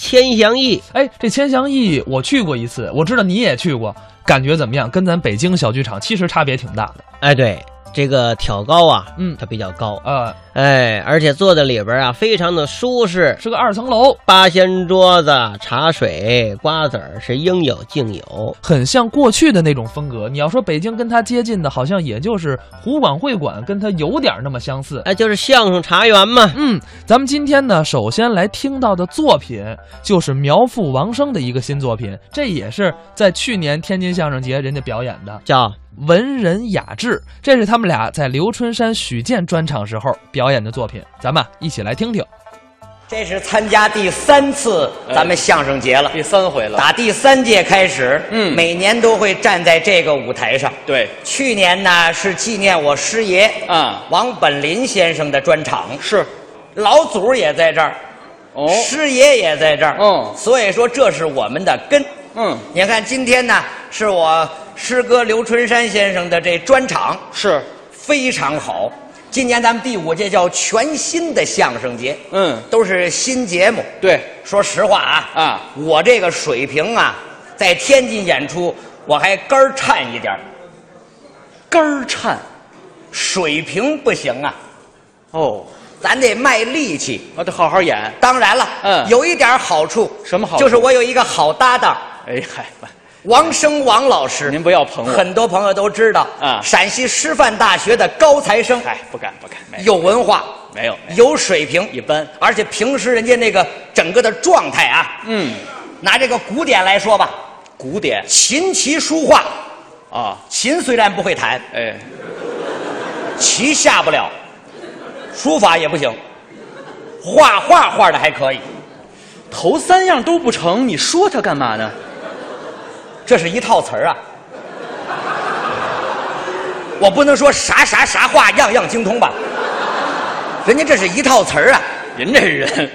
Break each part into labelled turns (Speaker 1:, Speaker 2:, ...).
Speaker 1: 千祥驿。
Speaker 2: 哎，这千祥驿我去过一次，我知道你也去过，感觉怎么样？跟咱北京小剧场其实差别挺大的。
Speaker 1: 哎，对，这个挑高啊，
Speaker 2: 嗯
Speaker 1: 它比较高，
Speaker 2: 呃，
Speaker 1: 哎，而且坐在里边啊，非常的舒适。
Speaker 2: 是个二层楼，
Speaker 1: 八仙桌子、茶水、瓜子儿是应有尽有。
Speaker 2: 很像过去的那种风格。你要说北京跟它接近的，好像也就是湖广会馆，跟它有点那么相似。
Speaker 1: 哎，就是相声茶园嘛。
Speaker 2: 嗯，咱们今天呢，首先来听到的作品就是苗阜王声的一个新作品，这也是在去年天津相声节人家表演的
Speaker 1: 叫
Speaker 2: 《文人雅致》，这是他们俩在刘春山许健专场时候表演的作品，咱们啊一起来听听。
Speaker 3: 这是参加第三次咱们相声节了，
Speaker 4: 哎第三回了。
Speaker 3: 打第三届开始，
Speaker 4: 嗯
Speaker 3: 每年都会站在这个舞台上。
Speaker 4: 对，
Speaker 3: 去年呢是纪念我师爷
Speaker 4: 啊
Speaker 3: 王本林先生的专场，
Speaker 4: 是，
Speaker 3: 老祖儿也在这儿，
Speaker 4: 哦
Speaker 3: 师爷也在这儿，
Speaker 4: 嗯
Speaker 3: 所以说这是我们的根。
Speaker 4: 嗯，
Speaker 3: 你看今天呢是我师哥刘春山先生的这专场，
Speaker 4: 是，
Speaker 3: 非常好。今年咱们第五届叫全新的相声节，
Speaker 4: 嗯，
Speaker 3: 都是新节目。
Speaker 4: 对，
Speaker 3: 说实话啊，
Speaker 4: 啊
Speaker 3: 我这个水平啊，在天津演出我还肝儿颤一点儿，
Speaker 4: 肝儿颤。
Speaker 3: 水平不行啊，
Speaker 4: 哦，
Speaker 3: 咱得卖力气。
Speaker 4: 我得好好演。
Speaker 3: 当然了，
Speaker 4: 嗯
Speaker 3: 有一点好处，
Speaker 4: 什么好处
Speaker 3: 就是我有一个好搭档，
Speaker 4: 哎嗨，
Speaker 3: 王生王老师。
Speaker 4: 您不要捧我。
Speaker 3: 很多朋友都知道
Speaker 4: 啊
Speaker 3: 陕西师范大学的高材生，
Speaker 4: 嗨，不敢不敢，没有
Speaker 3: 有文化，
Speaker 4: 没有没有，
Speaker 3: 有水平，
Speaker 4: 一般。
Speaker 3: 而且平时人家那个整个的状态啊，
Speaker 4: 嗯，
Speaker 3: 拿这个古典来说吧，
Speaker 4: 古典
Speaker 3: 琴棋书画，
Speaker 4: 啊，
Speaker 3: 琴虽然不会弹，
Speaker 4: 哎，
Speaker 3: 棋下不了，书法也不行，画画画的还可以，
Speaker 4: 头三样都不成，你说他干嘛呢？
Speaker 3: 这是一套词儿啊。我不能说啥啥啥画样样精通吧，人家这是一套词儿啊。
Speaker 4: 您这人，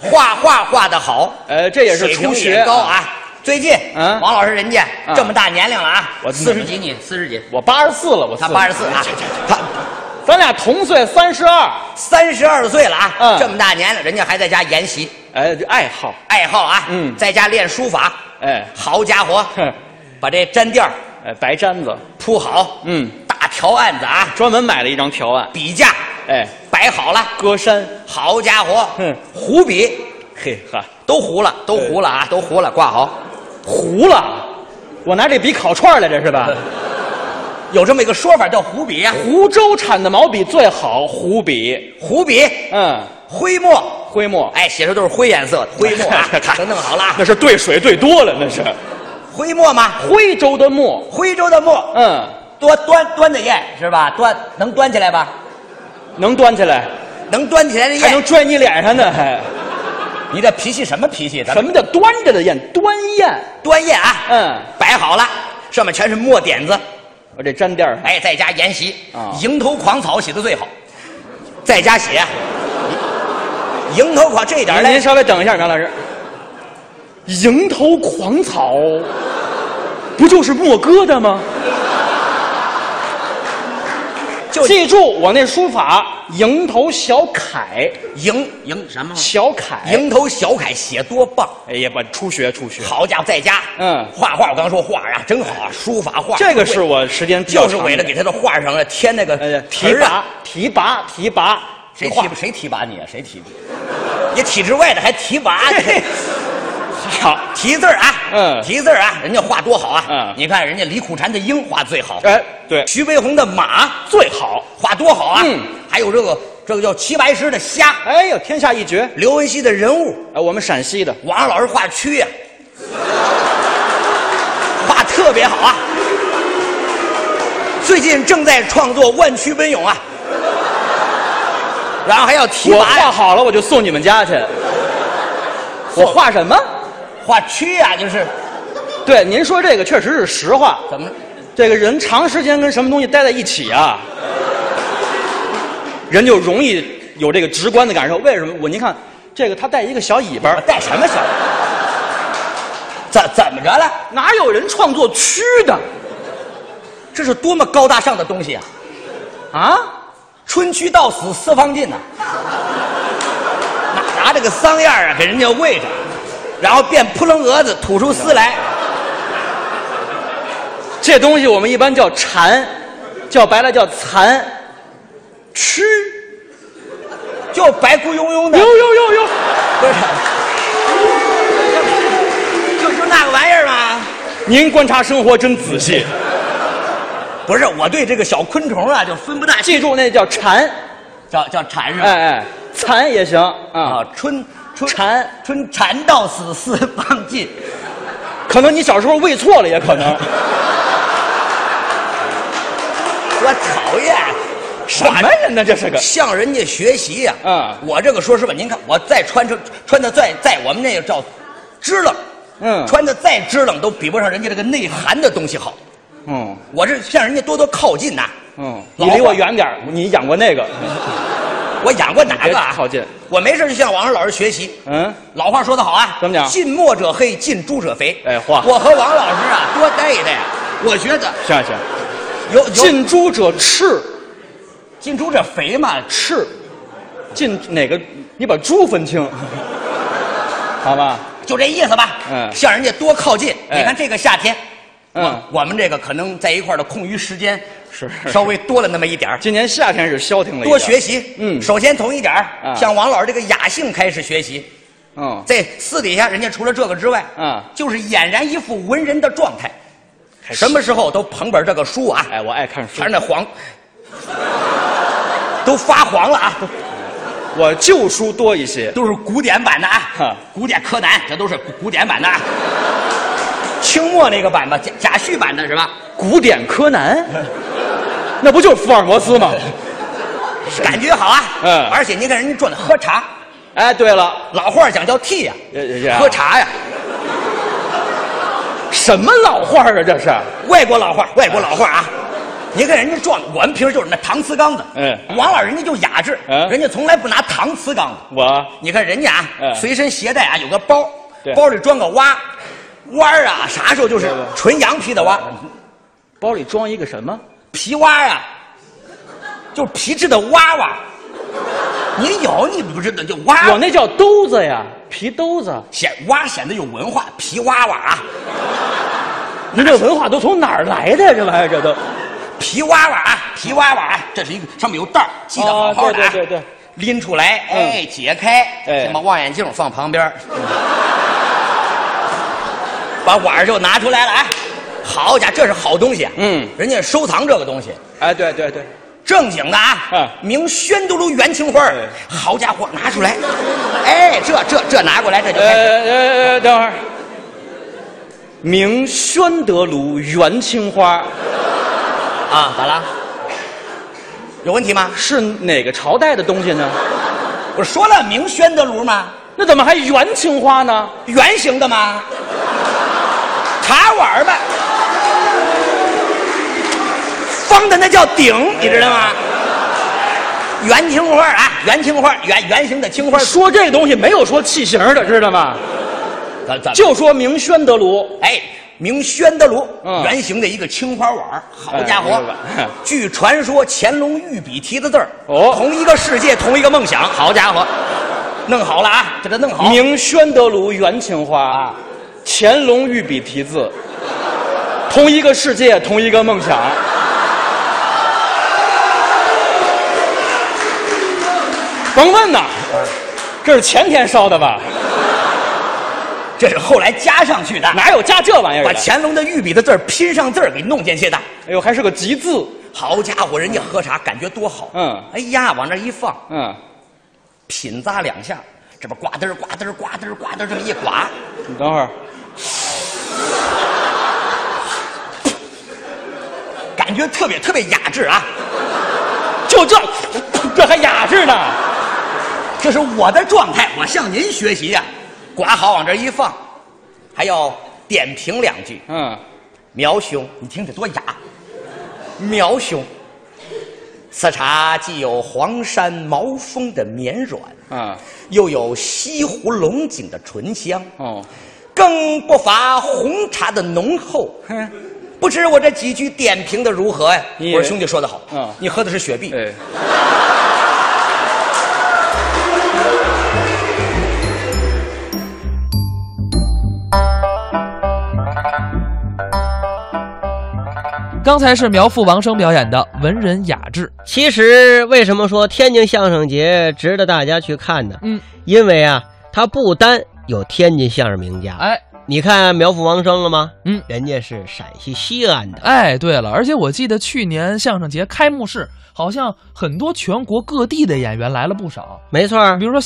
Speaker 3: 画画画的好，
Speaker 4: 呃，这也是
Speaker 3: 水
Speaker 4: 初
Speaker 3: 平
Speaker 4: 学
Speaker 3: 也高。啊。最近，
Speaker 4: 嗯
Speaker 3: 王老师人家
Speaker 4: 嗯
Speaker 3: 这么大年龄了啊，
Speaker 4: 我
Speaker 3: 四十几你四十几，
Speaker 4: 我八十四了，我
Speaker 3: 他
Speaker 4: 四
Speaker 3: 八十四啊，他
Speaker 4: 咱俩同岁，三十二。
Speaker 3: 三十二岁了啊，
Speaker 4: 嗯
Speaker 3: 这么大年龄，人家还在家研习
Speaker 4: 哎，这爱好，
Speaker 3: 爱好啊，
Speaker 4: 嗯
Speaker 3: 在家练书法，
Speaker 4: 哎，
Speaker 3: 好家伙，
Speaker 4: 哼，
Speaker 3: 把这毡垫儿
Speaker 4: 哎，白毡子，
Speaker 3: 铺好，
Speaker 4: 嗯，
Speaker 3: 大条案子啊，
Speaker 4: 专门买了一张条案。
Speaker 3: 笔架
Speaker 4: 哎，
Speaker 3: 摆好了，
Speaker 4: 歌山，
Speaker 3: 好家伙，
Speaker 4: 嗯
Speaker 3: 湖笔
Speaker 4: 嘿哈。
Speaker 3: 都糊了，都糊了啊，都糊了，挂好，
Speaker 4: 糊了，我拿这笔烤串儿来着是 吧？
Speaker 3: 有这么一个说法叫湖笔呀，
Speaker 4: 湖州产的毛笔最好，湖笔，
Speaker 3: 湖笔
Speaker 4: 嗯，
Speaker 3: 灰墨，
Speaker 4: 徽墨，，
Speaker 3: 哎，写出都是灰颜色的灰墨啊 都弄好了啊，
Speaker 4: 那是兑水兑多了，那是
Speaker 3: 灰墨嘛，
Speaker 4: 徽州的墨，
Speaker 3: 徽州的墨，
Speaker 4: 嗯，
Speaker 3: 多端端的砚是吧？端能端起来吧？
Speaker 4: 能端起来，
Speaker 3: 能端起来的
Speaker 4: 还能
Speaker 3: 砚，
Speaker 4: 拽你脸上呢，还
Speaker 3: 你这脾气什么脾气？咱
Speaker 4: 什
Speaker 3: 们
Speaker 4: 么叫端着的砚？端砚，
Speaker 3: 端砚啊，
Speaker 4: 嗯，
Speaker 3: 摆好了，上面全是墨点子，
Speaker 4: 我这粘垫儿，
Speaker 3: 哎，在家研习
Speaker 4: 啊
Speaker 3: 蝇头狂草》写的最好，在家写《蝇头狂》这一点儿
Speaker 4: 您您
Speaker 3: 嘞，
Speaker 4: 稍微等一下，苗老师，蝇头狂草，不就是墨疙瘩吗？
Speaker 3: 就
Speaker 4: 记住我那书法，蝇头小楷，
Speaker 3: 蝇蝇什么
Speaker 4: 小楷，
Speaker 3: 蝇头小楷写多棒！
Speaker 4: 哎呀，我初学初学，
Speaker 3: 好家伙，在家
Speaker 4: 嗯
Speaker 3: 画画，我刚说画啊，真好啊，书法画
Speaker 4: 这个是我时间比较
Speaker 3: 就是
Speaker 4: 长的
Speaker 3: 为了给他的画上啊添那个
Speaker 4: 哎呀
Speaker 3: 题
Speaker 4: 提
Speaker 3: 儿啊
Speaker 4: 拔，提拔提拔，
Speaker 3: 谁
Speaker 4: 画
Speaker 3: 提拔谁提拔你啊？谁提拔你？啊你体制外的还提拔？
Speaker 4: 好？
Speaker 3: 提字儿啊，
Speaker 4: 嗯
Speaker 3: 提字儿啊，人家画多好啊！
Speaker 4: 嗯
Speaker 3: 你看人家李苦禅的鹰画最好，
Speaker 4: 哎，对，
Speaker 3: 徐悲鸿的马最好，画多好啊！
Speaker 4: 嗯
Speaker 3: 还有这个这个叫齐白石的虾，
Speaker 4: 哎呦，天下一绝！
Speaker 3: 刘文熙的人物，
Speaker 4: 哎，我们陕西的，
Speaker 3: 王上老师画蛆呀、画特别好啊！最近正在创作《万曲奔涌》啊，然后还要提
Speaker 4: 我
Speaker 3: 拔呀、
Speaker 4: 画好了我就送你 们家去。我画什么？
Speaker 3: 画蛆呀、啊就是
Speaker 4: 对，您说这个确实是实话。
Speaker 3: 怎么了？
Speaker 4: 这个人长时间跟什么东西待在一起啊，人就容易有这个直观的感受。为什么？我您看，这个他带一个小尾巴
Speaker 3: 我，带什么小？怎怎么着了？
Speaker 4: 哪有人创作蛆的
Speaker 3: 这是多么高大上的东西啊！
Speaker 4: 啊？
Speaker 3: 春驱到死丝方尽呐、哪拿这个桑叶儿啊给人家喂着，然后变扑棱蛾子，吐出丝来。
Speaker 4: 这东西我们一般叫蝉，叫白了叫蚕，蛆，
Speaker 3: 就白咕悠悠的
Speaker 4: 呦，呦呦呦，
Speaker 3: 不是， 就就那个玩意儿嘛。
Speaker 4: 您观察生活真仔细，
Speaker 3: 不是，我对这个小昆虫啊就分不大清，
Speaker 4: 记住那叫蝉，
Speaker 3: 叫叫蝉是吧？
Speaker 4: 哎哎，蚕也行啊
Speaker 3: 啊，，春春
Speaker 4: 蝉
Speaker 3: 春蝉到死丝方尽，
Speaker 4: 可能你小时候喂错了，也可 能。
Speaker 3: 我讨厌。
Speaker 4: 什么人呢？这是个
Speaker 3: 向人家学习呀、
Speaker 4: 嗯
Speaker 3: 我这个说实话，您看我再穿成穿的再再我们那个叫支棱，
Speaker 4: 嗯
Speaker 3: 穿的再支棱都比不上人家这个内涵的东西好。
Speaker 4: 嗯
Speaker 3: 我这向人家多多靠近呐、
Speaker 4: 嗯，
Speaker 3: 老
Speaker 4: 你离我
Speaker 3: 话
Speaker 4: 远点儿你养过那个？
Speaker 3: 我养过哪个啊
Speaker 4: 别？靠近
Speaker 3: 我没事就向王老师学习。
Speaker 4: 嗯，
Speaker 3: 老话说得好啊，
Speaker 4: 怎么讲
Speaker 3: 近墨者黑，近朱者肥。
Speaker 4: 哎话
Speaker 3: 我和王老师啊多待一待，我觉得
Speaker 4: 行啊行，
Speaker 3: 有有
Speaker 4: 近朱者赤，
Speaker 3: 近朱者肥嘛，
Speaker 4: 赤，近哪个？你把猪 分清，好吧？
Speaker 3: 就这意思吧。
Speaker 4: 嗯
Speaker 3: 向人家多靠近。
Speaker 4: 哎
Speaker 3: 你看这个夏天，
Speaker 4: 嗯，
Speaker 3: 我们这个可能在一块儿的空余时间
Speaker 4: 是
Speaker 3: 稍微多了那么一点儿，
Speaker 4: 今年夏天是消停了一点，
Speaker 3: 多学习。
Speaker 4: 嗯
Speaker 3: 首先从一点儿
Speaker 4: 啊
Speaker 3: 像王老师这个雅兴开始学习，
Speaker 4: 嗯，
Speaker 3: 在私底下人家除了这个之外，
Speaker 4: 嗯
Speaker 3: 就是俨然一副文人的状态，什么时候都捧本这个书啊，
Speaker 4: 哎，我爱看书
Speaker 3: 全是，那黄， 都发黄了啊，
Speaker 4: 我旧书多一些，
Speaker 3: 都是古典版的啊
Speaker 4: 哼，
Speaker 3: 古典柯南这都是古古典版的啊，清末那个版吧，贾贾旭版的是吧？
Speaker 4: 古典柯 南，那不就是福尔摩斯吗？
Speaker 3: 感觉好啊，
Speaker 4: 嗯
Speaker 3: 而且您看人家转的喝茶，
Speaker 4: 哎，对了，
Speaker 3: 老话讲叫替呀、
Speaker 4: 呃呃
Speaker 3: 喝茶呀，
Speaker 4: 什么老话啊？这是，
Speaker 3: 外国老话，外国老话啊。您看人家撞，我们平时就是那搪瓷缸子。
Speaker 4: 嗯
Speaker 3: 王老人家就雅致，
Speaker 4: 嗯
Speaker 3: 人家从来不拿搪瓷缸子。
Speaker 4: 我
Speaker 3: 你看人家啊，
Speaker 4: 嗯
Speaker 3: 随身携带啊有个包
Speaker 4: 对，
Speaker 3: 包里装个蛙，蛙儿啊，啥时候就是纯羊皮的蛙，
Speaker 4: 包里装一个什么？
Speaker 3: 皮蛙啊，就是皮质的蛙蛙。你有你不知道就蛙，
Speaker 4: 我那叫兜子呀，皮兜子。
Speaker 3: 显蛙显得有文化，皮蛙蛙啊，
Speaker 4: 您这文化都从哪儿来的呀？这玩意儿这都，
Speaker 3: 皮蛙蛙啊，皮蛙蛙啊，这是一个上面有袋儿，系得好好的啊。
Speaker 4: 哦对对对对
Speaker 3: 拎出来，哎，解开，
Speaker 4: 哎
Speaker 3: 先把望远镜放旁边儿，把碗儿就拿出来了啊！好家伙，这是好东西啊！
Speaker 4: 嗯
Speaker 3: 人家收藏这个东西，
Speaker 4: 哎，对对对，
Speaker 3: 正经的啊，哎
Speaker 4: 嗯
Speaker 3: 明宣都楼元青花儿，好家伙，拿出来，哎，这这这拿过来，这就
Speaker 4: 呃
Speaker 3: 开始
Speaker 4: 呃呃，等会儿，明宣德炉元青花
Speaker 3: 啊，咋了？有问题吗？
Speaker 4: 是哪个朝代的东西呢？
Speaker 3: 我说了明宣德炉吗？
Speaker 4: 那怎么还元青花呢？
Speaker 3: 圆形的吗？茶碗儿吧，方的那叫顶，你知道吗？圆青花儿啊，圆青花儿，圆圆形的青花儿，
Speaker 4: 说这东西没有说器型的，知道吗？
Speaker 3: 咱咱
Speaker 4: 就说明宣德炉，
Speaker 3: 哎，明宣德炉，
Speaker 4: 嗯
Speaker 3: 圆形的一个青花碗儿，好家伙
Speaker 4: 哎明白！
Speaker 3: 据传说乾隆御笔题的字儿，
Speaker 4: 哦
Speaker 3: 同一个世界，同一个梦想，好家伙，弄好了啊，这个弄好，
Speaker 4: 明宣德炉元青花
Speaker 3: 啊，
Speaker 4: 乾隆御笔题字，同一个世界，同一个梦想。甭问呐，这是前天烧的吧？
Speaker 3: 这是后来加上去的，
Speaker 4: 哪有加这玩意儿
Speaker 3: 啊把
Speaker 4: 的？
Speaker 3: 乾隆的御笔的字儿拼上字儿给弄进去的。
Speaker 4: 哎呦，还是个吉字。
Speaker 3: 好家伙，人家喝茶感觉多好。
Speaker 4: 嗯
Speaker 3: 哎呀，往那一放，
Speaker 4: 嗯，
Speaker 3: 品咂两下，这边呱嘚儿呱嘚儿呱嘚儿呱嘚儿这么一刮，
Speaker 4: 你等会儿，
Speaker 3: 感觉特别特别雅致啊！
Speaker 4: 就这，这还雅致呢。
Speaker 3: 这是我的状态，我向您学习呀、刮好往这一放，还要点评两句。
Speaker 4: 嗯，
Speaker 3: 苗兄，你听着多雅。苗兄，此茶既有黄山毛峰的绵软，
Speaker 4: 啊，
Speaker 3: 又有西湖龙井的醇香。
Speaker 4: 哦，
Speaker 3: 更不乏红茶的浓厚。
Speaker 4: 哼，
Speaker 3: 不知我这几句点评的如何呀？我
Speaker 4: 你
Speaker 3: 说兄弟说得好，
Speaker 4: 嗯
Speaker 3: 你喝的是雪碧，
Speaker 4: 哎，
Speaker 2: 刚才是苗阜、王声表演的文人雅致。
Speaker 1: 其实为什么说天津相声节值得大家去看呢？
Speaker 2: 嗯，
Speaker 1: 因为啊，它不单有天津相声名家，
Speaker 2: 哎
Speaker 1: 你看苗阜、王声了吗？
Speaker 2: 嗯
Speaker 1: 人家是陕西西安的，
Speaker 2: 哎，对了，而且我记得去年相声节开幕式，好像很多全国各地的演员来了不少，
Speaker 1: 没错儿
Speaker 2: 比。如说